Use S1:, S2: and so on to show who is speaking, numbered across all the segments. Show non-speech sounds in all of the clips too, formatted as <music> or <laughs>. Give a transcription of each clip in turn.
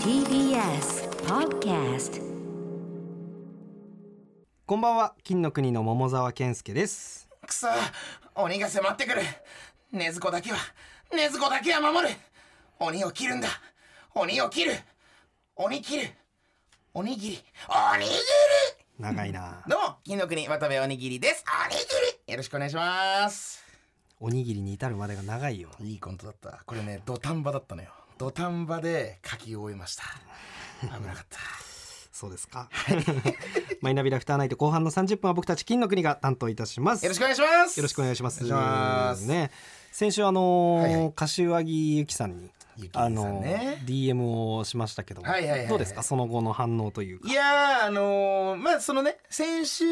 S1: TBS Podcast
S2: こんばんは金の国の桃沢健介です
S3: くそ鬼が迫ってくる禰豆子だけは禰豆子だけは守る鬼を切るんだ鬼を切る鬼切るおにぎりおにぎり
S2: 長いな
S3: どうも金の国渡部おにぎりですおにぎりよろしくお願いします
S2: おにぎりに至るまでが長いよ
S3: いいコントだったこれね土壇場だったのよ土壇場で書き終え <laughs> ました危なかった
S2: そうですか <laughs> マイナビラフターナイト後半の30分は僕たち金の国が担当いたします
S3: よろしくお願いします
S2: よろしくお願いします
S3: お願いします
S2: ね先週あのー
S3: はいはい
S2: 柏木由紀さんに
S3: ゆきりさ
S2: あ
S3: んね
S2: のー DM をしましたけども、
S3: はいはいはいはい
S2: どうですかその後の反応というか
S3: いやーあのーまあそのね先週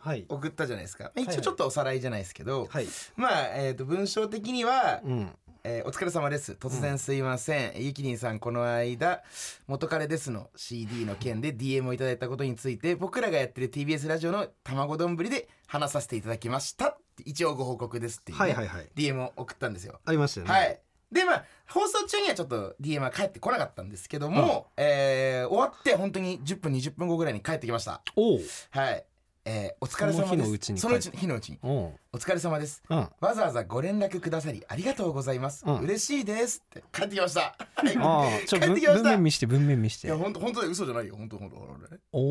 S2: はい
S3: 送ったじゃないですか、ま
S2: は
S3: あ
S2: い
S3: 一
S2: は
S3: 応
S2: い
S3: ちょっとおさらいじゃないですけど、
S2: はい
S3: まあ、えー、と文章的には、
S2: うん
S3: えーお疲れ様です突然すいません、ゆきりんさんこの間「元彼です」の CD の件で DM をいただいたことについて僕らがやってる TBS ラジオの「卵丼ぶり」で話させていただきましたって一応ご報告ですっていう、ね
S2: はいはいはい
S3: DM を送ったんですよ。
S2: ありましたよね、
S3: はい。で、まあ、放送中にはちょっと DM は返ってこなかったんですけども、えー終わって本当に10分、20分後ぐらいに帰ってきました。
S2: おう
S3: はい。えーお疲れ様です。
S2: その日のうちに
S3: そのうち日のうちに。
S2: おう
S3: お疲れ様です。
S2: うん
S3: わざわざご連絡くださりありがとうございます。
S2: うん
S3: 嬉しいですって帰ってきました。はい
S2: ああちょ
S3: 帰っ
S2: 文
S3: てきました
S2: 文面見して文面見し
S3: い
S2: て
S3: や、本当本当だよ嘘じゃないよ。本当本当本当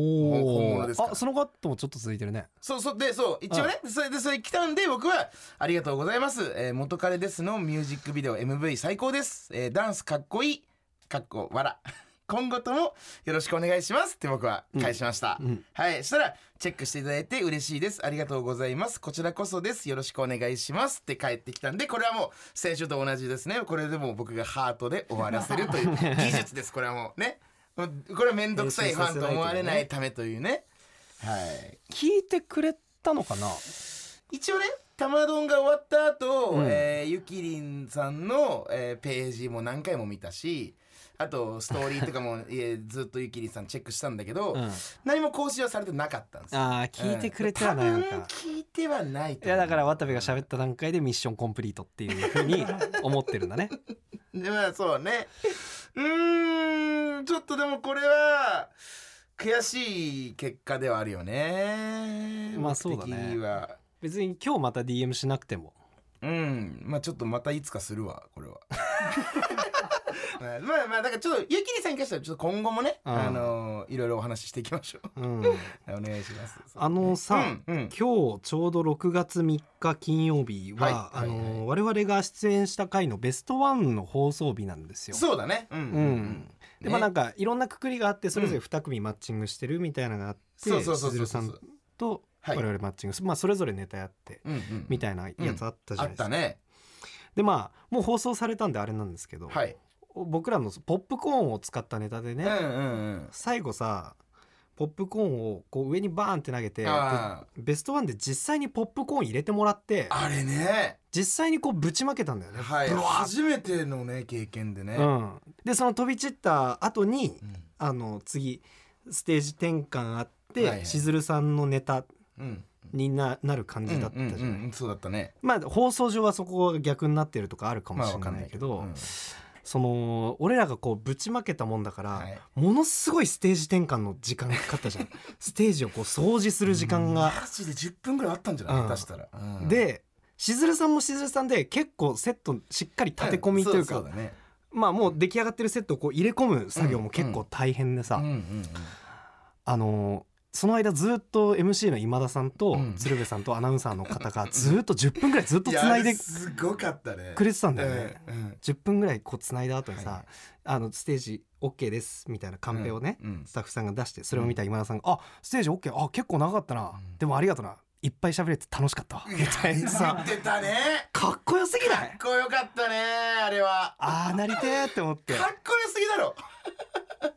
S2: おお
S3: 本物ですから
S2: あその後もちょっと続いてるね
S3: そうそうでそう一応ね、それでそれ来たんで僕は「ありがとうございます、えー元彼です」のミュージックビデオ MV 最高です、えーダンスかっこいいかっこわら <laughs> 今後ともよろしくお願いしますって僕は返しました、
S2: うん
S3: はいしたらチェックしていただいて嬉しいですありがとうございますこちらこそですよろしくお願いしますって帰ってきたんでこれはもう先週と同じですねこれでもう僕がハートで終わらせると
S2: <laughs>
S3: いう技術ですこれはもうねもうこれは面倒くさいファンと思われないためというねはい
S2: 聞いてくれたのかな
S3: 一応ね玉丼が終わった後、
S2: うん
S3: えーゆきりんさんの、えーページも何回も見たしあとストーリーと
S2: <laughs>
S3: かも、えーずっとゆきりんさんチェックしたんだけど、
S2: うん
S3: 何も更新はされてなかったんですよ
S2: ああ聞いてくれてはな
S3: う
S2: い
S3: ん
S2: の
S3: 多分
S2: か。
S3: 聞いてはないと
S2: い
S3: 思
S2: や
S3: う
S2: だから渡部が喋った段階でミッションコンプリートっていうふう
S3: <laughs>
S2: に思ってるんだね。
S3: でまあそうねうーんちょっとでもこれは悔しい結果ではあるよね
S2: まあそうだね
S3: 僕的には
S2: 別に今日また DM しなくても。
S3: うんまあちょっとまたいつかするわこれは <laughs> まあまあまあだからちょっとゆきりさんに関してはちょっと今後もね、
S2: うん
S3: あのいろいろお話ししていきましょう <laughs>
S2: うん、
S3: お願いします
S2: あのさ、
S3: うんうん
S2: 今日ちょうど6月3日金曜日は、
S3: はい
S2: あの
S3: はいは
S2: 我々が出演した回のベストワンの放送日なんですよ。
S3: そうだねうんうんうん、
S2: うんでまあなんかいろんなくくりがあってそれぞれ2組マッチングしてるみたいなのがあって
S3: そうそうそ
S2: しず
S3: うそう
S2: る
S3: そ
S2: さ
S3: うん
S2: と
S3: はい
S2: 我々マッチングする、まあそれぞれネタやって
S3: うんうん
S2: みたいなやつあったじゃな
S3: あ
S2: い
S3: っ
S2: ですか。
S3: たね
S2: でまあもう放送されたんであれなんですけど、
S3: はい
S2: 僕らのポップコーンを使ったネタで
S3: う
S2: ね、
S3: んうんうん
S2: 最後さポップコーンをこう上にバーンって投げて
S3: あ
S2: でベストワンで実際にポップコーン入れてもらって
S3: あれね
S2: 実際にこうぶちまけたんだよね。
S3: はい
S2: ブワー
S3: 初めてのね経験でね、
S2: うん、でその飛び散った後に、
S3: うん
S2: あの次ステージ転換あって、
S3: はいはい
S2: しずるさんのネタ
S3: うん
S2: にななる感
S3: う
S2: じ
S3: ん
S2: だったじゃない、
S3: うんうんうんそうだったね
S2: まあ放送上はそこが逆になってるとかあるかも
S3: まあ
S2: しれ
S3: わかんな
S2: ないい
S3: け
S2: け
S3: ど
S2: ど、、
S3: うん
S2: その俺らがこうぶちまけたもんだから、
S3: はい
S2: ものすごいステージ転換の時間がかかったじ
S3: <laughs>
S2: ゃんステージをこう掃除する時間が、
S3: マジで10分ぐらいあったんじゃない、
S2: うん
S3: 下手したら、うん
S2: でしずるさんもしずるさんで結構セットしっかり立て込みというか、
S3: んそそうだね
S2: まあもう出来上がってるセットをこう入れ込む作業も結構大変でさ、
S3: うんうんうん
S2: あのーその間ずっと MC の今田さんと
S3: うん
S2: 鶴瓶さんとアナウンサーの方がずっと10分ぐらいずっと
S3: い
S2: つ
S3: や
S2: ない
S3: あれ
S2: です
S3: ごかったね
S2: くれてたんだよね。
S3: うんうん
S2: 10分ぐらいこうつないだ後にさ、
S3: はい
S2: あのステージ OK ですみたいなカンペをね、
S3: うんうん
S2: スタッフさんが出してそれを見た今田さんが「あステージ OK あ結構長かったな、
S3: うん
S2: でもありがとうないっぱい喋れて楽しかったわ」みた <laughs> いな
S3: 言
S2: さ
S3: ってたね
S2: かっこよすぎな
S3: かっ
S2: い
S3: こよかったねあれは
S2: ああなりてーって思って
S3: かっこよすぎだろ
S2: <laughs>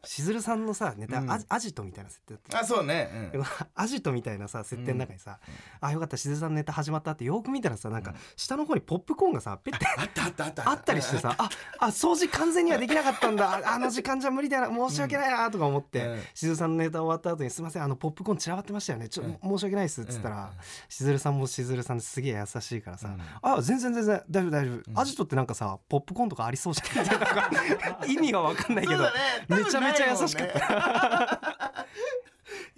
S2: しずるさんのさネタ、
S3: うん
S2: アジアジトみたいな設定だった <laughs>
S3: あそうね、
S2: でもアジトみたいなさ設定の中にさ、あよかったしずるさんのネタ始まったってよく見たらさなんか下の方にポップコーンがさペッて
S3: あったあったあった
S2: あったりしてさああ掃除完全にはできなかったんだあの時間じゃ無理だな申し訳ないなとか思って、
S3: うん
S2: しずるさんのネタ終わった後に「すいませんあのポップコーン散らばってましたよねちょ、
S3: うん
S2: 申し訳ないです」っつったら、しずるさんもしずるさんですげえ優しいからさ
S3: うん
S2: 「あ全然全然大丈夫大丈夫、アジトってなんかさポップコーンとかありそうじゃん」みたいななんか意味が分かんない <laughs> け
S3: そう
S2: ど、
S3: だね多分
S2: めちゃめちゃ優しかった
S3: ないもんね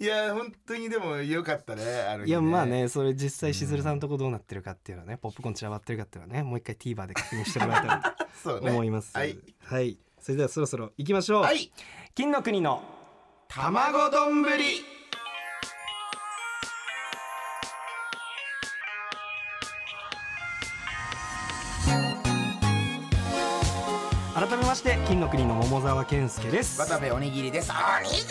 S3: <laughs> いや本当にでも良かったねあの日ね
S2: いやまあねそれ実際しずるさんのとこどうなってるかっていうのはね、ポップコーン散らばってるかっていうのはねもう一回 TVer で確認してもらいたいな
S3: そう
S2: と
S3: ね
S2: 思います、
S3: はい、
S2: はいそれではそろそろ行きましょう、
S3: はい、
S2: 金の国の
S3: 卵丼ぶり
S2: 改めまして金の国の桃沢健介です
S3: 渡部おにぎりですおにぎり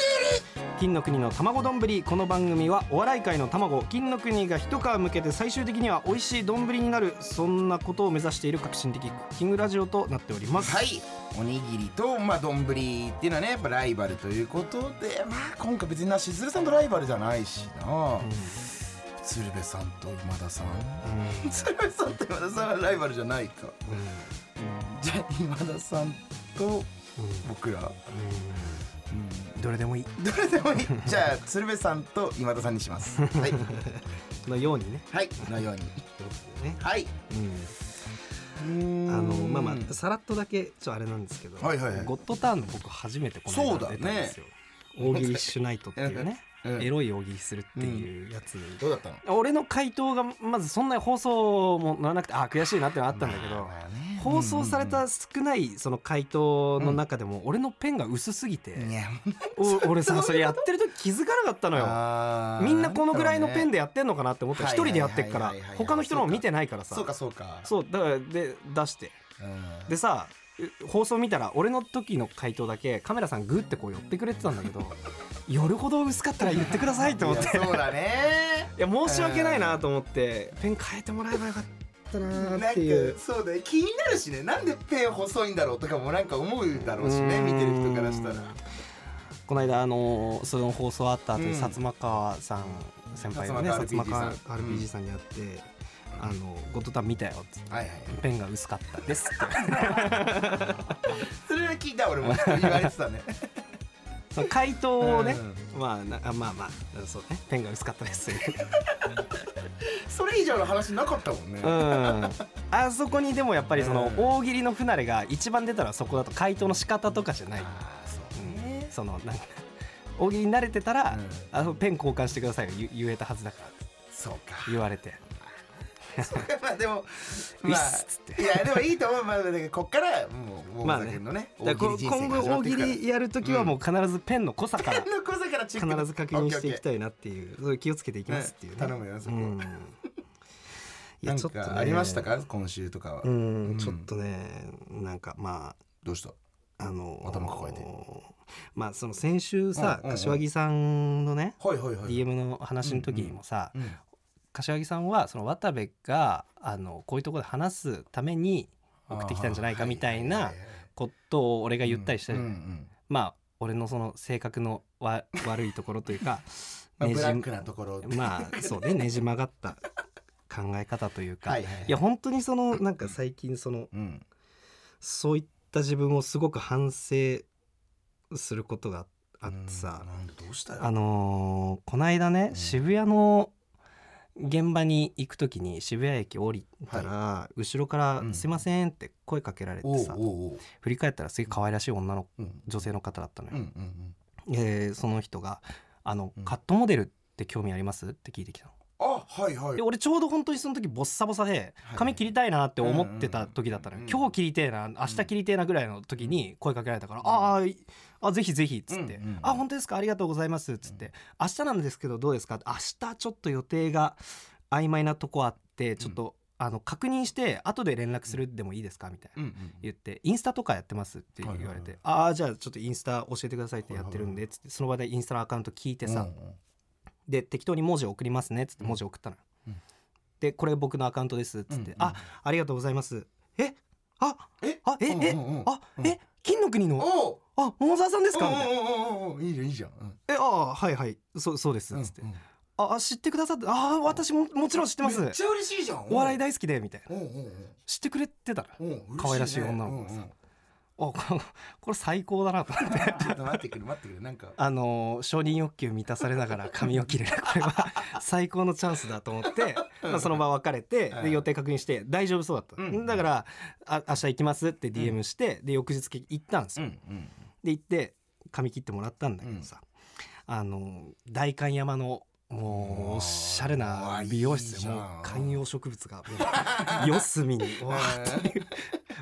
S2: 金の国の卵丼ぶりこの番組はお笑い界の卵金の国が一皮むけて最終的には美味しい丼になるそんなことを目指している革新的クッキングラジオとなっております、
S3: はいおにぎりとまあ丼っていうのはねやっぱライバルということでまあ今回別になしずるさんとライバルじゃないしな、
S2: うん
S3: 鶴瓶さんと今田さん
S2: うん
S3: 鶴瓶さんと今田さんはライバルじゃないかじゃあ今田さんと
S2: うん
S3: 僕ら、
S2: うんどれでもいい
S3: どれでもいいじゃあ鶴瓶さんと今田さんにしますはい
S2: のようにね
S3: はいのように
S2: ってことでね
S3: はい
S2: あのまあまあ
S3: う
S2: さらっとだけちょっとあれなんですけど、
S3: はいはいはい
S2: ゴッドターンの僕初めてこの間出たんですよ、大喜利シュナイトっていう
S3: <laughs>
S2: ね
S3: ん
S2: エロい大喜利するっていうやつ、
S3: どうだったの
S2: 俺の回答がまずそんなに放送もならなくてあ悔しいなってのはあったんだけど、
S3: まあね
S2: 放送された少ないその回答の中でも俺のペンが薄すぎて、
S3: いや
S2: お俺さそれやってる時気づかなかったのよ
S3: あー
S2: みんなこのぐらいのペン
S3: ね
S2: でやってんのかなって思ったら
S3: は
S2: 一
S3: いはい
S2: 人でやってっか
S3: は
S2: ら
S3: いはいはい
S2: 他の人のも見てないからさ
S3: そうかそうか
S2: そうだからで出して
S3: うん
S2: でさう放送見たら俺の時の回答だけカメラさんグってこう寄ってくれてたんだけど <laughs> よるほど薄かったら言ってくださいって思って
S3: いやそうだね
S2: いや申し訳ないなと思ってペン変えてもらえばよかった
S3: な
S2: なん
S3: か
S2: っていう
S3: そうだね気になるしねなんでペン細いんだろうとかもなんか思うだろうしね
S2: うん
S3: 見てる人からしたら
S2: この間あのーその放送あった後に
S3: うん
S2: 薩摩川さん先輩がね薩
S3: 薩
S2: 摩
S3: 摩
S2: 川
S3: 川 RPG さ
S2: RPG さ
S3: ん
S2: んに会って「あのゴッドタン見たよ」っつって
S3: はいはい
S2: ペンが薄かったです」って <laughs>
S3: それは聞いた俺も言われ
S2: <laughs>
S3: てたね
S2: その回答をね、
S3: う
S2: まあなあまあまあそうねペンが薄かったです、
S3: それ以上の話なかったもんね
S2: うん、あそこにでもやっぱりその
S3: うん
S2: 大喜利の不慣れが一番出たらそこだと回答の仕方とかじゃない、
S3: あーそう
S2: うん、そのなんか大喜利に慣れてたら、
S3: うん
S2: あのペン交換してくださいよ言言えたはずだから
S3: そうか
S2: 言われて
S3: ま <laughs> あでも、
S2: うっ
S3: まあ
S2: すっつっ、
S3: いやでもいいと思う。まあだからこっからもう
S2: まあ
S3: 大
S2: ね
S3: 崎のね、
S2: だからこ今後大喜利やるときはもう必ずペンの濃さから
S3: 大喜利人生が始まっていくから。の小さからチェック
S2: 必ず確認していき
S3: い。
S2: たいなっていうそういう気をつけていきます <laughs> っていう、ね
S3: ね頼むよそこ
S2: うん、い
S3: な
S2: や
S3: ん
S2: ちょっと、ね、
S3: かありましたか今週とかは
S2: う。ん、
S3: うん
S2: ちょっとねなんかまあ
S3: どうした？
S2: あの
S3: 頭抱えて
S2: まあその先週さ、
S3: うんうんうん
S2: 柏木さんのね、
S3: はいはいはい。
S2: DM の話の時にもさ、
S3: うん。
S2: 柏木さんはその渡部があのこういうところで話すために送ってきたんじゃないかみたいなことを俺が言ったりして、
S3: うんうんうん
S2: まあ俺のその性格のわ悪いところというか
S3: <laughs> まあ
S2: ね
S3: ブ
S2: じ
S3: ラックなところ。
S2: まあそうねねじ曲がった考え方というか、
S3: はいいはい。
S2: や。本当にそのなんか最近その
S3: うん。
S2: そういった自分をすごく反省することがあってさ、
S3: うん。なんどうしたよ。
S2: あのーこの間ね、
S3: うん
S2: 渋谷の現場に行く時に渋谷駅降りたら、後ろから
S3: う
S2: 「
S3: ん
S2: すいません」って声かけられて
S3: おう
S2: さ、
S3: おうおう。
S2: 振り返ったらすげえ可愛らしい女の
S3: うん
S2: 女性の方だったの
S3: うんう
S2: よ。
S3: ん。
S2: でその人があの、
S3: うん
S2: カットモデルって興味あります?」って聞いてきたの。
S3: あはいはい
S2: で。俺ちょうど本当にその時ボッサボサで
S3: はい
S2: 髪切りたいなって思ってた時だったのよ、
S3: うん
S2: 今日切りてえな明日切りてえなぐらいの時に声かけられたから「
S3: うん
S2: あーあぜひぜひ」っつって「
S3: うんうん
S2: あ本当ですかありがとうございます」っつって「明日なんですけどどうですか?」明日ちょっと予定が曖昧なとこあってちょっと、あの確認して後で連絡するでもいいですか?」みたいな。
S3: うんうんうん。
S2: 言ってインスタとかやってますって言われて、
S3: はいはいはい
S2: ああじゃあちょっとインスタ教えてくださいってやってるんでっつってその場でインスタのアカウント聞いてさ、
S3: うんうん
S2: で適当に文字送りますねっつって文字送ったのよ、
S3: うん
S2: でこれ僕のアカウントですっつって、
S3: うんうん
S2: あありがとうございますえあ
S3: え
S2: あええ
S3: うんうんうん
S2: あ
S3: うん
S2: え金の国の
S3: おう
S2: あ桃沢さんですか」みたいな
S3: おおおいいじゃんいいじゃん。うん
S2: 「えああはいはいそうそうです」つって
S3: うん
S2: 「ああ知ってくださってああ私ももちろん知ってま
S3: めっ
S2: す
S3: ちゃ嬉しいじゃん。
S2: お笑い
S3: だ。
S2: 大好きで」みたいな
S3: おうおう
S2: 「知ってくれてたら」
S3: おうおう嬉しね
S2: 可愛らしい女の子がさおここれ最高だなと思って
S3: ちょっと待ってくる待ってくるなんか
S2: あのー承認欲求満たされながら髪を切れるこれは最高のチャンスだと思って、まあ、その場別れて
S3: はい
S2: で予定確認して大丈夫そうだった、
S3: うん
S2: だからあ「明日行きます」って DM して、で翌日行ったんです
S3: う
S2: よ、
S3: ん
S2: <laughs>
S3: うん
S2: で行って髪切ってもらったんだけどさ、あの代官山のもうおしゃれな美容室で
S3: うわいいじゃん
S2: もう観葉植物
S3: <laughs>
S2: がもう四隅にわーっていう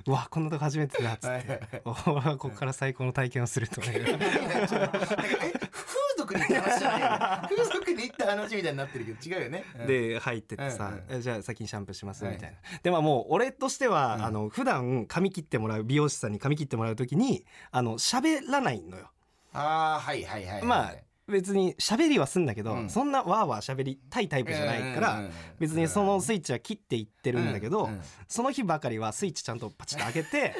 S2: うわこんなとこ初めてだっつ
S3: は
S2: っ
S3: いはい
S2: て俺はここから最高の体験をするという
S3: なんかえ風俗に行った話じゃないよね風俗に行った話みたいになってるけど違うよね。うん、
S2: で入ってってさ
S3: うんうん
S2: 「えじゃあ先にシャンプーします」
S3: は
S2: み
S3: い
S2: たいな、でまあもう俺としては、
S3: うん
S2: あの普段髪切ってもらう美容師さんに髪切ってもらう時にあの喋らないのよ
S3: ああはいはいはいはい。
S2: まあ別に喋りはすんだけど、
S3: うん
S2: そんなわーわー喋りたいタイプじゃないから、
S3: うんうんうん
S2: 別にそのスイッチは切っていってるんだけど、
S3: うう
S2: その日ばかりはスイッチちゃんとパチッと開けて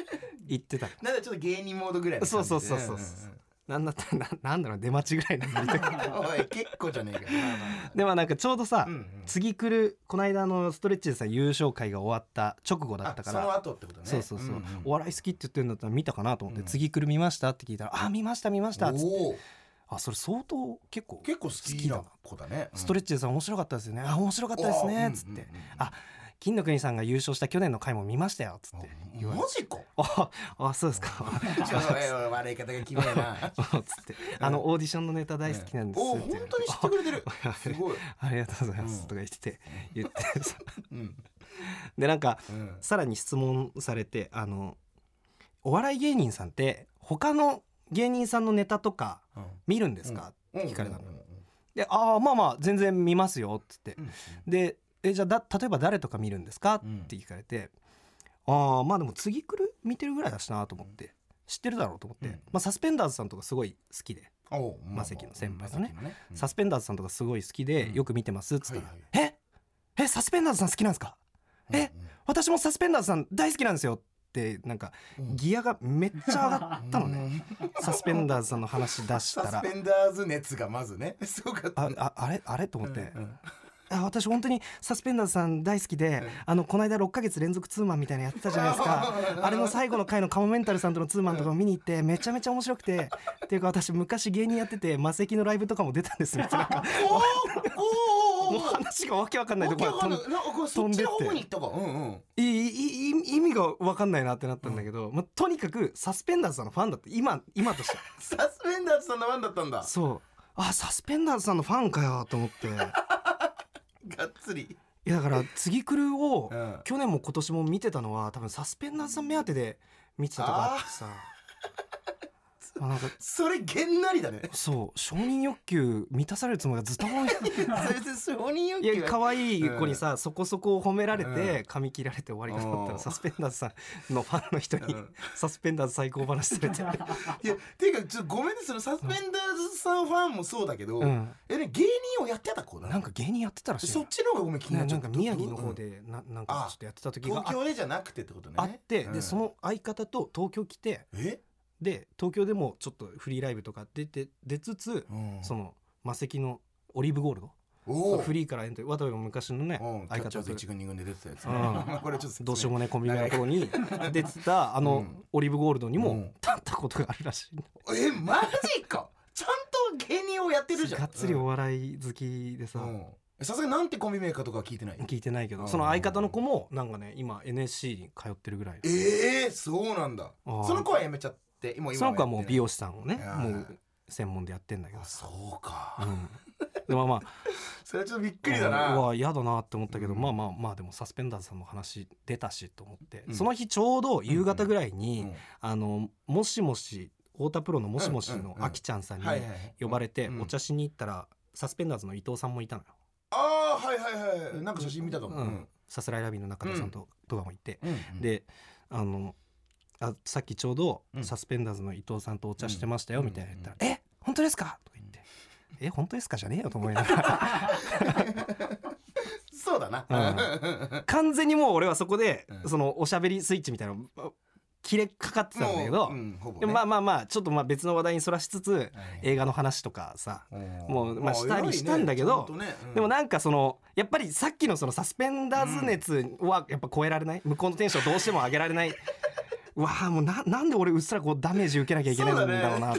S2: 行ってた
S3: なんかちょっと芸人モードぐらいの感じで
S2: そうそうそうそうんなんだったななんだろう出待ちぐらいなんだけど
S3: うんうんおい結構じゃねえかよまあまあまあ
S2: でもなんかちょうどさ、
S3: うんうん
S2: 次来るこの間のストレッチでさ優勝会が終わった直後だったから
S3: あその後ってことね
S2: そうそうそう、
S3: んん
S2: お笑い好きって言ってるんだったら見たかなと思って「
S3: うん
S2: 次来る見ました?」って聞いたら「あ見ました見ました」っつって
S3: おー
S2: あそれ相当結構
S3: 結構好きな子だね
S2: ストレ
S3: ッ
S2: ッチでさん面白かったですよねあ面白かったですね」っつって、あ金の国さんが優勝した去年の回も見ましたよ」っつって言われ
S3: マ
S2: て
S3: ジか
S2: 「あ <laughs> あそうですか」
S3: ちょっとえー悪い方が決めえ
S2: <laughs>
S3: な
S2: つって「あのオーディションのネタ大好きなんです」
S3: おー
S2: って言われて
S3: 本当に知ってくれてる
S2: あ <laughs>
S3: すごい
S2: ありがとうございま
S3: う
S2: す
S3: ん」
S2: とか言って言って <laughs> さ
S3: うん
S2: でなんか
S3: うん
S2: さらに質問されてあのお笑い芸人さんって他の芸人さんのネタとか見るんですか?」
S3: うん
S2: 聞かれたの
S3: うんうん
S2: で「ああまあまあ全然見ますよ」っつって
S3: うん
S2: で「えじゃあだ例えば誰とか見るんですか?」っ
S3: うん
S2: て聞かれて「ああまあでも次来る見てるぐらいだしな」と思って知ってるだろうと思って、
S3: うん
S2: まあ、サスペンダーズさんとかすごい好きで
S3: おうまあまあ
S2: マセキの先輩のね
S3: マセキうん
S2: サスペンダーズさんとかすごい好きで
S3: うん
S2: よく見てますっつったら
S3: はい
S2: 「ええサスペンダーズさん好きなんですか
S3: はい
S2: え私もサスペンダーズさん大好きなんですよ」ってなんか
S3: うんうん
S2: ギアがめっちゃ
S3: <laughs>
S2: 上がったのね
S3: うん
S2: サスペンダーズさんの話出した
S3: サス
S2: ら
S3: ペンダーズ熱がまずねすごかっ
S2: 「あ
S3: たね
S2: ああれあれ?」と思って。
S3: うんうん
S2: あ私本当にサスペンダーズさん大好きで、
S3: うん
S2: あのこの間6ヶ月連続ツーマンみたいなのやってたじゃないです
S3: <laughs>
S2: かあれの最後の回のカモメンタルさんとのツーマンとかを見に行ってめちゃめちゃ面白くてっていうか私昔芸人やってて魔石のライブとかも出たん
S3: <laughs>
S2: ですみたいな
S3: お
S2: も
S3: ーおーお
S2: う
S3: ー
S2: 話がわけわかんないとこ
S3: わ
S2: ろ
S3: けわかんな
S2: 飛ん
S3: いなんかこれそっちの方に行ったかうんうん
S2: いいいい意味がわかんないなってなったんだけど、まあ、とにかくサスペンダーズさんのファンだって今今と
S3: <laughs>
S2: しては
S3: サスペンダーズさんの番だったんだ
S2: そうあサスペンダーズさんのファンかよと思ってい
S3: がっつり
S2: やだから次来るを、
S3: うん
S2: 去年も今年も見てたのは多分サスペンダーズさん目当てで見てたとかあってさあなんか
S3: それげんなりだね
S2: そう承認欲求満たされるつもりがずっと思い
S3: それ承認欲
S2: いや
S3: 求
S2: 可愛い子にさ、そこそこ褒められ
S3: う
S2: て髪切られて終わりかと思った
S3: うん
S2: らサスペンダーズさんのファンの人に、
S3: うん
S2: サスペンダーズ最高話されて、
S3: いやていうかちょっとごめんねそのサスペンダーズさんファンもそうだけど、
S2: うん、
S3: えね芸人をやってた子だ
S2: なんか芸人やってたらしい
S3: そ
S2: よ
S3: っちの方がごめん気にな
S2: ね
S3: っち
S2: な
S3: ゃ
S2: ん
S3: っ
S2: か
S3: た
S2: 宮城の方
S3: うん
S2: でななんかちょっとやってた時があ
S3: 東京でじゃなくてってことね
S2: あって、
S3: うん
S2: でその相方と東京来て
S3: え、
S2: で東京でもちょっとフリーライブとか出て出つつ、
S3: うん
S2: その魔石のオリーブゴール
S3: お
S2: ド
S3: お
S2: フリーからエントリー渡部も昔のね
S3: うんキャ
S2: 相
S3: ッチャ
S2: 方
S3: ーズ
S2: と
S3: 一軍二軍で出てたやつ、
S2: う
S3: <laughs> これちょっと説明
S2: どうしようもねコンビニの頃に出てたあのオリーブゴールドに
S3: う
S2: も
S3: ん
S2: 立ったことがあるらしい
S3: えマジかちゃんと芸人をやってるじゃん
S2: がっつりお笑い好きで
S3: う
S2: さ
S3: んうんえさすがになんてコンビ名かとかは聞いてない
S2: 聞いてないけ
S3: う
S2: ど
S3: ん
S2: その相方の子もなんかね今 NSC に通ってるぐらい
S3: ええそうなんだ
S2: あー
S3: その子はやめちゃって今今
S2: その子はもう美
S3: 容
S2: 容師さんをね
S3: あー
S2: もう専門でやってんだけどさ
S3: そうか、
S2: うんでまあまあ
S3: それはちょっとびっくりだな
S2: うわ嫌だなって思ったけど、
S3: うん
S2: まあまあまあでもサスペンダーズさんの話出たしと思って、
S3: うん
S2: その日ちょうど夕方ぐらいに、
S3: うん
S2: あのもしもし太田プロのもしもし
S3: うんうん
S2: の
S3: うん
S2: あきちゃんさんに
S3: はいはい
S2: 呼ばれて
S3: うん
S2: お茶しに行ったらサスペンダーズの伊藤さんもいたのよ。
S3: ああはいはいはいなんか写真見たかも、
S2: うん、さすらいラビーの中田さんととかもいて、
S3: うんうん
S2: であのあさっきちょうど
S3: うん
S2: サスペンダーズの伊藤さんとお茶してましたよ
S3: うん
S2: みたいな言ったら「え本当ですか?」とか言って「え本当ですか?」じゃねえよと思いながら
S3: そうだな、 <laughs>
S2: うん完全にもう俺はそこで
S3: うん
S2: そのおしゃべりスイッチみたいなの切れかかってたんだけど、
S3: もううんほぼね
S2: でもまあまあまあちょっとまあ別の話題にそらしつつ、映画の話とかさ、もうまあしたりしたんだけど、でも
S3: な
S2: なんかそのやっぱりさっきのそのサスペンダーズ熱はやっぱ超えられない、向こうのテンションどうしても上げられない <laughs> うわあもうななんで俺うっすらこうダメージ受けなきゃいけないんだろうなっ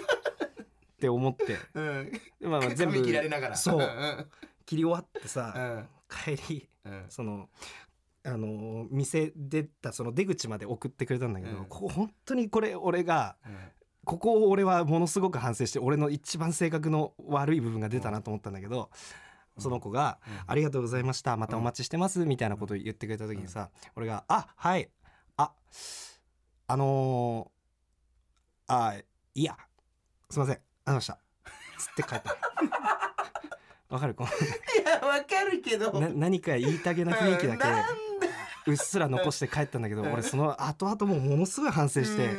S2: て思って、
S3: うん
S2: で
S3: <laughs>
S2: まあまあ全部
S3: 髪切られながら
S2: そ
S3: ん
S2: う切り終わってさ、
S3: うん
S2: 帰り
S3: うん
S2: そのあのー店出たその出口まで送ってくれたんだけど、
S3: うん
S2: ここ本当にこれ俺がここを俺はものすごく反省して俺の一番性格の悪い部分が出たなと思ったんだけど、その子が
S3: うん
S2: 「ありがとうございましたまたお待ちしてます」みたいなことを言ってくれた時にさ、俺が「あはいああのー、あいやすいませんありがとうございました」つって帰
S3: <laughs>
S2: った。わかるこ
S3: いやわかるけど
S2: のな <laughs> 何か言いたげな雰囲気だけ、
S3: うんなんで
S2: うっすら残して帰ったんだけど俺その後々もうものすごい反省して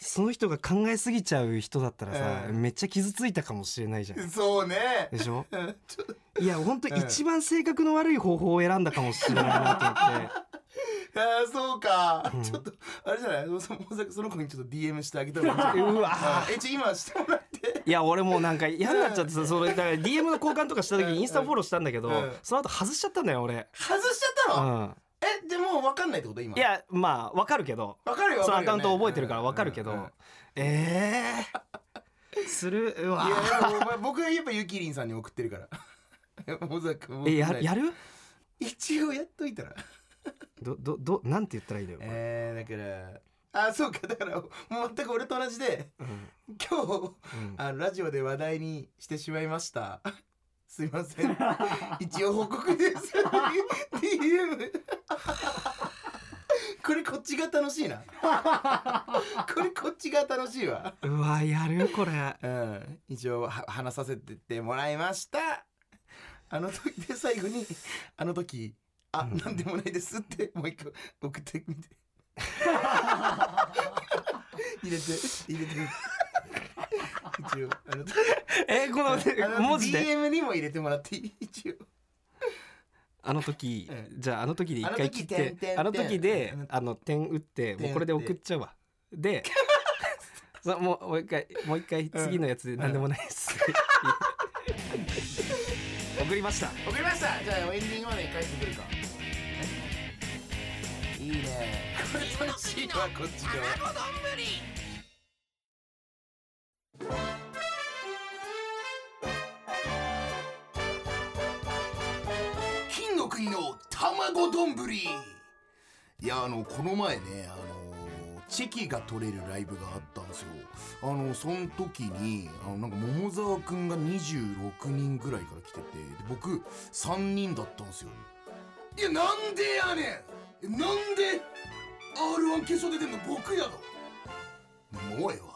S2: その人が考えすぎちゃう人だったらさ
S3: うん
S2: めっちゃ傷ついたかもしれないじゃ
S3: うん
S2: ん。
S3: そうね
S2: でしょ
S3: <laughs> うんちょ
S2: いや本当
S3: うん
S2: 一番性格の悪い方法を選んだかもしれないなと思って
S3: <laughs> あーそうか、
S2: うん
S3: ちょっとあれじゃないそのその子にちょっと DM してあげた方がいい
S2: <laughs> うわ
S3: えちょ今してもらって
S2: いや俺もうなんか嫌になっちゃってさそれだから DM の交換とかした時
S3: うん
S2: にインスタフォローしたんだけど
S3: うん
S2: その後外しちゃったんだよ俺。
S3: 外しちゃっ
S2: う
S3: たの、
S2: ん、
S3: えでも分かんないってこと今
S2: いやまあわかるけど
S3: 分かるよ
S2: そのア
S3: 分か
S2: カ
S3: るよ
S2: ウン
S3: ね
S2: ト覚えてるからわかるけ
S3: うんうんう
S2: ど
S3: ん
S2: えー、するうわ
S3: いやでもお前僕はやっぱゆきりんさんに送ってるから <laughs> モザク
S2: えややる
S3: 一応やっといたら
S2: どどどなんて言ったらいいのよ、これ
S3: えー、だからあそうかだからもう全く俺と同じで
S2: う
S3: 今日
S2: んうん
S3: あのラジオで話題にしてしまいました。すいませ <laughs> ん。一応報告です。DM。これこっちが楽しいな。これこっちが楽しいわ。
S2: うわやるこれ
S3: うん。一応は話させてってもらいました。あの時で最後に、あの時、あ、
S2: うん
S3: なんでもないですってもう一個送って
S2: <laughs>
S3: みて。入れて、入れて。
S2: <laughs>
S3: 一応、あの時。
S2: <laughs> えこ
S3: あ
S2: の
S3: の
S2: 文字で
S3: DM にも入れてもらっていい一応
S2: あの時
S3: う
S2: じゃああの時で一回切って
S3: あ
S2: あの
S3: の時
S2: 時
S3: 点
S2: で
S3: 々
S2: あの点打ってもうこれで送っちゃうわ <laughs> でそうもうもう一回もう一回次のやつで何でもない <laughs> です、送りました
S3: 送りましたじゃあエンディングまで帰ってくるかいいねこれ楽しいわこっちで金の国の卵丼ぶりいやあのこの前ねあのチェキが取れるライブがあったんですよあのその時にあのなんか桃沢くんが26人ぐらいから来ててで僕3人だったんですよいやなんでやねんなんで r 1決勝出てんの僕やろもうええわ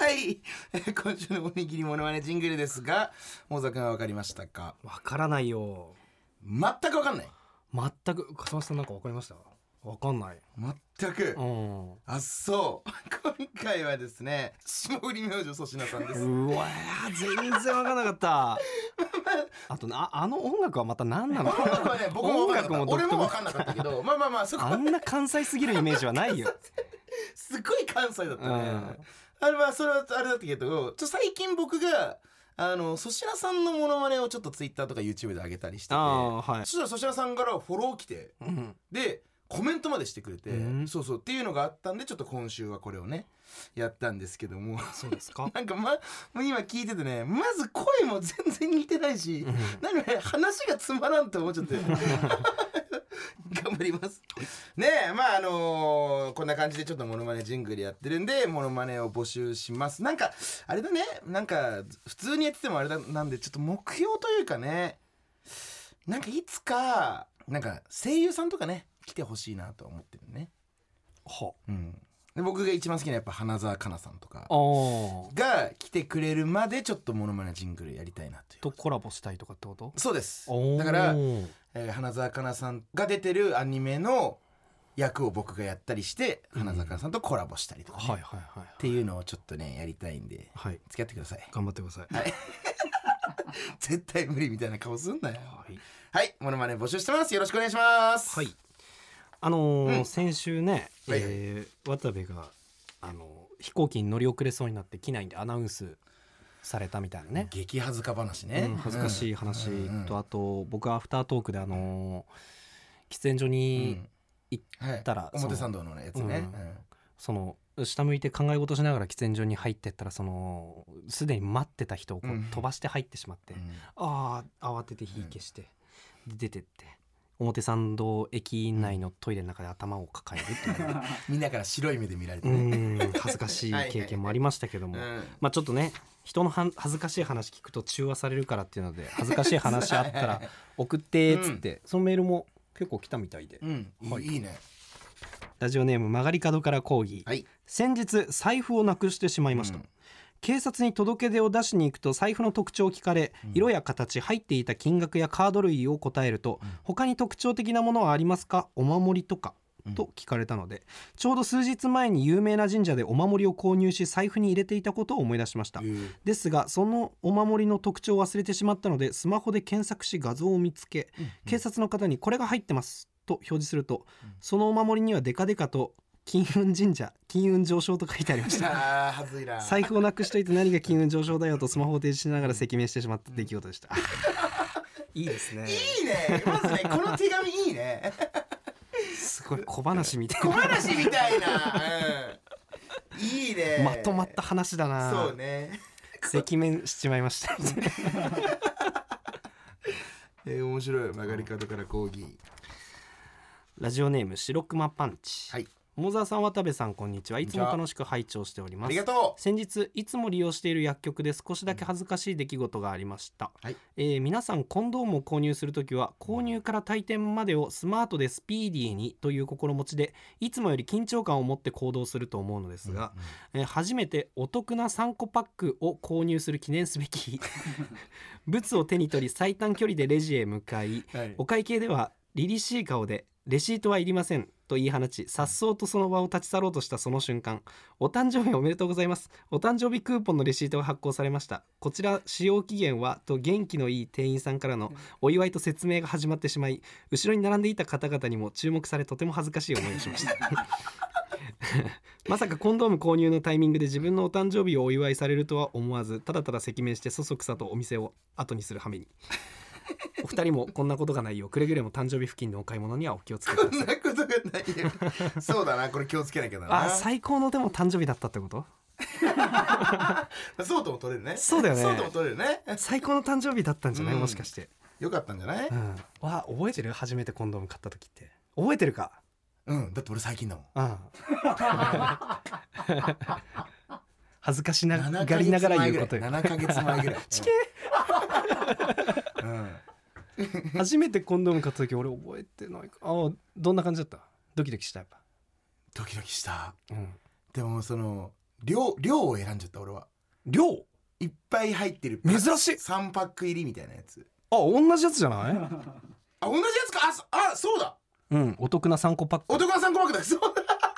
S3: <laughs> はいえー今週のおにぎりモノマネジングルですが桃沢くんは分かりましたか
S2: わからないよ
S3: 全く分かんない
S2: 全く笠間さんなんかわかりましたわかんない
S3: 全く
S2: うんう
S3: あそう今回はですね霜降り明星粗品さんです
S2: <laughs> わ全然わかんなかった
S3: <laughs>
S2: あとなあの音楽はまた何なの
S3: 音楽はね僕も分かんなかった
S2: 音楽も
S3: 俺
S2: 独特
S3: も分かんなかったけどまあ <laughs> まあまあそこ
S2: あんな関西すぎるイメージは
S3: <laughs>
S2: ないよ。
S3: すごい関西だったね、
S2: うん
S3: あれはそれはあれだったけどちょ最近僕があの粗品さんのモノマネをちょっとツイッターとか YouTube で上げたりしてて
S2: ああー、はい
S3: そ。したら粗品さんからフォロー来て
S2: うん
S3: でコメントまでしてくれて、
S2: うん
S3: そうそうっていうのがあったんでちょっと今週はこれをねやったんですけども
S2: そうですか。
S3: なんかま、もう今聞いててね、まず声も全然似てないし、何より話がつまらんと思っちゃって。頑張ります。ねえ、まああのーこんな感じでちょっとモノマネジングルやってるんで、モノマネを募集します。なんか、あれだね、なんか、普通にやっててもあれだ、なんで、ちょっと目標というかね、なんかいつか、なんか声優さんとかね、来てほしいなとは思ってるね。
S2: は。
S3: うん。で僕が一番好きなやっぱ花澤香菜さんとか。
S2: ああ。
S3: が来てくれるまでちょっとモノマネジングルやりたいなという
S2: とコラボしたいとかってこと？
S3: そうです
S2: おー
S3: だから、えー花澤香菜さんが出てるアニメの役を僕がやったりして花澤香菜さんとコラボしたりとかね、
S2: はいはい
S3: っ
S2: はい。
S3: ていうのをちょっとねやりたいんで
S2: はい。
S3: 付き合ってください <laughs>
S2: 頑張ってください。
S3: 絶対無理みたいな顔すんなよ
S2: はい。
S3: はいモノマネ募集してますよろしくお願いします
S2: はい。あのー
S3: うん
S2: 先週ね、
S3: はいはい
S2: えー渡部が、あのー飛行機に乗り遅れそうになって機内でアナウンスされたみたいなね、
S3: 激恥ずか話
S2: う
S3: ね、
S2: ん恥ずかしい話と、あと僕はアフタートークで、あのー喫煙所
S3: うん
S2: に、行
S3: はい
S2: たらその
S3: 表参道のやつね、
S2: うんその下向いて考え事しながら喫煙所に入ってったらそのすでに待ってた人をこ
S3: うん
S2: う飛ばして入ってしまって、
S3: うん
S2: ああ慌てて火消して、で出てって表参道駅内のトイレの中で頭を抱えるっていう
S3: <laughs>
S2: ね
S3: みんなから白い目で見られて
S2: う
S3: ね、
S2: ん恥ずかしい経験もありましたけども、
S3: うん
S2: まあちょっとね人のはん恥ずかしい話聞くと中和されるからっていう
S3: <laughs>
S2: ので恥ずかしい話あったら送ってっつって、そのメールも結構来たみたいで、
S3: うんいい
S2: はい
S3: いいね
S2: ラジオネーム曲がり角から講義、
S3: はい
S2: 先日財布をなくしてしまいました、
S3: うん
S2: 警察に届け出を出しに行くと財布の特徴を聞かれ、色や形入っていた金額やカード類を答えると、他に特徴的なものはありますかお守りとか
S3: うん
S2: と聞かれたので、ちょうど数日前に有名な神社でお守りを購入し財布に入れていたことを思い出しました、
S3: うん
S2: ですがそのお守りの特徴を忘れてしまったのでスマホで検索し画像を見つけ、警察の方に「これが入ってます」と表示すると、
S3: うん
S2: そのお守りにはデカデカと「金運神社金運上昇」と書いてありました
S3: <laughs> あーはずいな
S2: 財布をなくしといて何が金運上昇だ
S3: <laughs>
S2: よとスマホを提示しながら赤面してしまった出来事でしたいいですね
S3: いいねまずねこの手紙いいね
S2: す
S3: <laughs>
S2: ごい小話みたい
S3: 小
S2: な
S3: 話みたいな、うん、いいね
S2: まとまった話だな
S3: そうね
S2: 赤面しちまいました
S3: <laughs> えー、面白い曲がり角から講義
S2: ラジオネーム白熊パンチ、
S3: はい
S2: 桃沢さん渡部さんこんにちはいつも
S3: こんにちは
S2: 楽しく拝聴しており
S3: あ
S2: ま
S3: り
S2: す
S3: がと
S2: 先日いつも利用している薬局で少しだけ恥ずかしい出来事がありました、
S3: はい
S2: えー皆さんコンドームを購入するときは購入から退店までをスマートでスピーディーにという心持ちでいつもより緊張感を持って行動すると思うのです
S3: う
S2: が、えー初めてお得な3個パックを購入する記念すべき日 <laughs> 物を手に取り最短距離でレジへ向かい
S3: はい
S2: お会計では凛々しい顔で「レシートはいりません」と言い放ち颯爽とその場を立ち去ろうとしたその瞬間「お誕生日おめでとうございます」「お誕生日クーポンのレシートが発行されました」「こちら使用期限は」と元気のいい店員さんからのお祝いと説明が始まってしまい後ろに並んでいた方々にも注目されとても恥ずかしい思いをしました <laughs> まさかコンドーム購入のタイミングで自分のお誕生日をお祝いされるとは思わずただただ赤面してそそくさとお店を後にする羽目にお二人もこんなことがないようくれぐれも誕生日付近のお買い物にはお気をつけくだ
S3: そ
S2: さ
S3: ん
S2: い
S3: なことがないよそうだなこれ気をつけなきゃだな
S2: <laughs> あ最高のでも誕生日だったってこと
S3: そうとも取れるね
S2: そうだよね
S3: そうとも取れるね
S2: 最高の誕生日だったんじゃない、
S3: うん
S2: もしかして、
S3: よかったんじゃない
S2: うん、わ覚えてる初めてコンドーム買った時って覚えてるか
S3: うんだって俺最近だもん
S2: うん恥ずかしな
S3: 7
S2: が
S3: ヶ
S2: り
S3: 月
S2: ながら
S3: 前
S2: 言
S3: ぐ
S2: う
S3: ら
S2: こ
S3: い
S2: とよ
S3: 7ヶ月前ぐらい
S2: ちけ
S3: うんうん
S2: 初めてコンドーム買った時俺覚えてないかあどんな感じだったドキドキしたやっぱ
S3: ドキドキした
S2: うん
S3: でもその量量を選んじゃった俺は
S2: 量
S3: いっぱい入ってる
S2: 珍しい
S3: 3パック入りみたいなやつ
S2: あ同じやつじゃない
S3: あ同じやつかあそあそうだ
S2: うんお得な3個パック
S3: 男は3個パックだそう <laughs> だ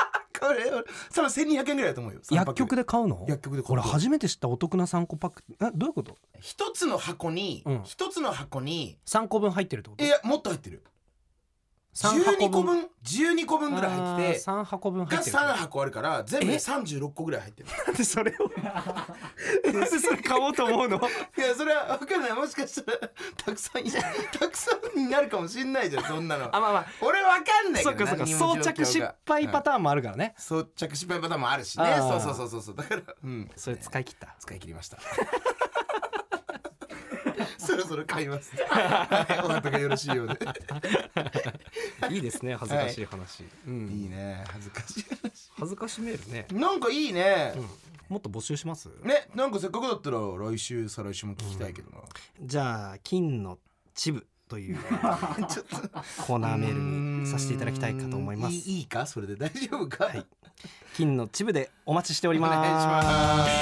S3: これ俺多分1200円ぐらいだと思うよ
S2: 薬局
S3: で
S2: で買うの
S3: 薬局で買う
S2: これ初めて知ったお得な3個パックえどういうこと
S3: 一つの箱に
S2: うん
S3: 一、つの箱に
S2: ?3 個分入ってるってこと
S3: いやもっと入ってる
S2: 三
S3: 12個分12個分ぐらい入ってて
S2: 3箱分入
S3: が
S2: ってるってこと
S3: 3箱あるから全部で
S2: え
S3: 36個ぐらい入ってる
S2: なんでそれ
S3: <laughs>
S2: をなんでそれ買おうと思うの
S3: いやそれは分かんないもしかしたらたくさんいたくさんになるかもしんないじゃんそんなの
S2: あまあまあ
S3: 俺分かんない
S2: そ
S3: け
S2: っ
S3: ど
S2: かそっか
S3: 何にも
S2: 装
S3: 状況が
S2: 着失敗パターンもあるからね、
S3: 装着失敗パターンもあるしね
S2: あ
S3: そう
S2: ー
S3: そうそうそうそうだからうん
S2: それ使い切った
S3: 使い切りました <laughs> そろそろ買いますはいお腹がよろしいようで
S2: いいですね恥ずかしい話、うん
S3: いいね恥ずかしい
S2: 恥ずかしめるね、
S3: なんかいいね、
S2: もっと募集します
S3: ねなんかせっかくだったら来週再来週も聞きたいけどな、
S2: じゃあ金のチブと <laughs> いう
S3: ちょっと
S2: コーナーメールにさせていただきたいかと思います
S3: いいいかそれで大丈夫か、
S2: い金のチブでお待ちしており
S3: お
S2: ます
S3: 願いします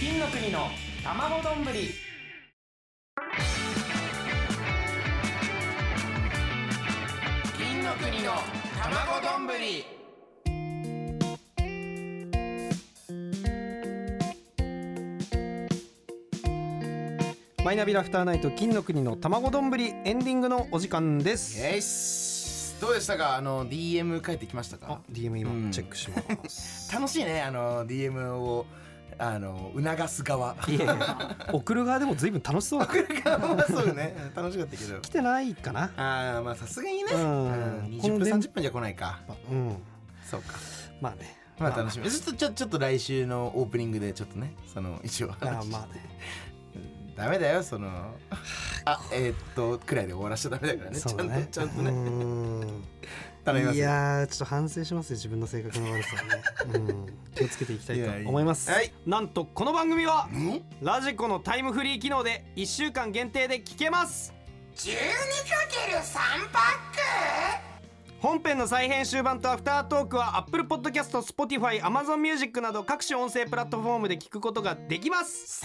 S2: 金の国の卵丼ぶり
S3: 金の国の卵丼ぶり
S2: マイナビラフターナイト金の国の卵丼ぶりエンディングのお時間です
S3: イエスどうでしたかあの DM 返ってきました
S2: あ
S3: か
S2: DM
S3: う
S2: 今
S3: ん
S2: チェックします、
S3: 楽しいねあの DM をあの促す側
S2: いやいや <laughs> 送る側でも随分楽しそうだ来
S3: <laughs> そうね楽しかったけど
S2: てないかな
S3: ああまあさすがにね、
S2: う
S3: うんん、
S2: この
S3: 20分
S2: 連
S3: 30分じゃ来ないか
S2: うん
S3: そうか
S2: まあね
S3: まあ楽しみちょっとちょちょっと来週のオープニングでちょっとねその一応
S2: まあ
S3: 話
S2: まあね
S3: ダメだよそのあえーっとくらいで終わらしちゃダメだからね
S2: そうだね
S3: ちゃんとちゃんとね
S2: うん
S3: 頼みます
S2: い
S3: よ
S2: やーちょっと反省しますよ自分の性格の悪さをね、うん、気をつけていきたい
S3: いやい
S2: と
S3: や
S2: 思います
S3: はい
S2: なんとこの番組は
S3: ん
S2: ラジコのタイムフリー機能で1週間限定で聞けます本編の再編集版とアフタートークは Apple Podcast、Spotify、Amazon Music など各種音声プラットフォームで聞くことができます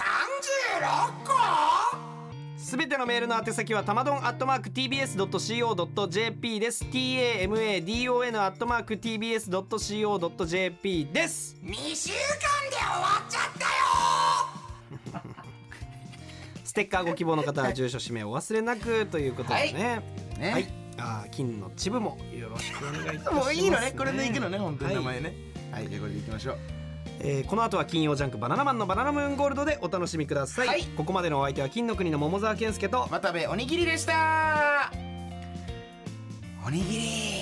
S2: すべてのメールの宛先はたまどん @tbs.co.jp です tamadon @tbs.co.jp ですステッカーご希望の方は住所氏名お忘れなくということでね。
S3: ね
S2: はい。ああ金のチブもよろしくお願いいたします、
S3: もういいのねこれでいくのね本当に
S2: はい
S3: 名前ねはいじゃあこれでいきましょう
S2: えーこの後は金曜ジャンクバナナマンのバナナムーンゴールドでお楽しみください。
S3: はい
S2: ここまでのお相手は金の国の桃沢健介と
S3: 渡部おにぎりでしたおにぎり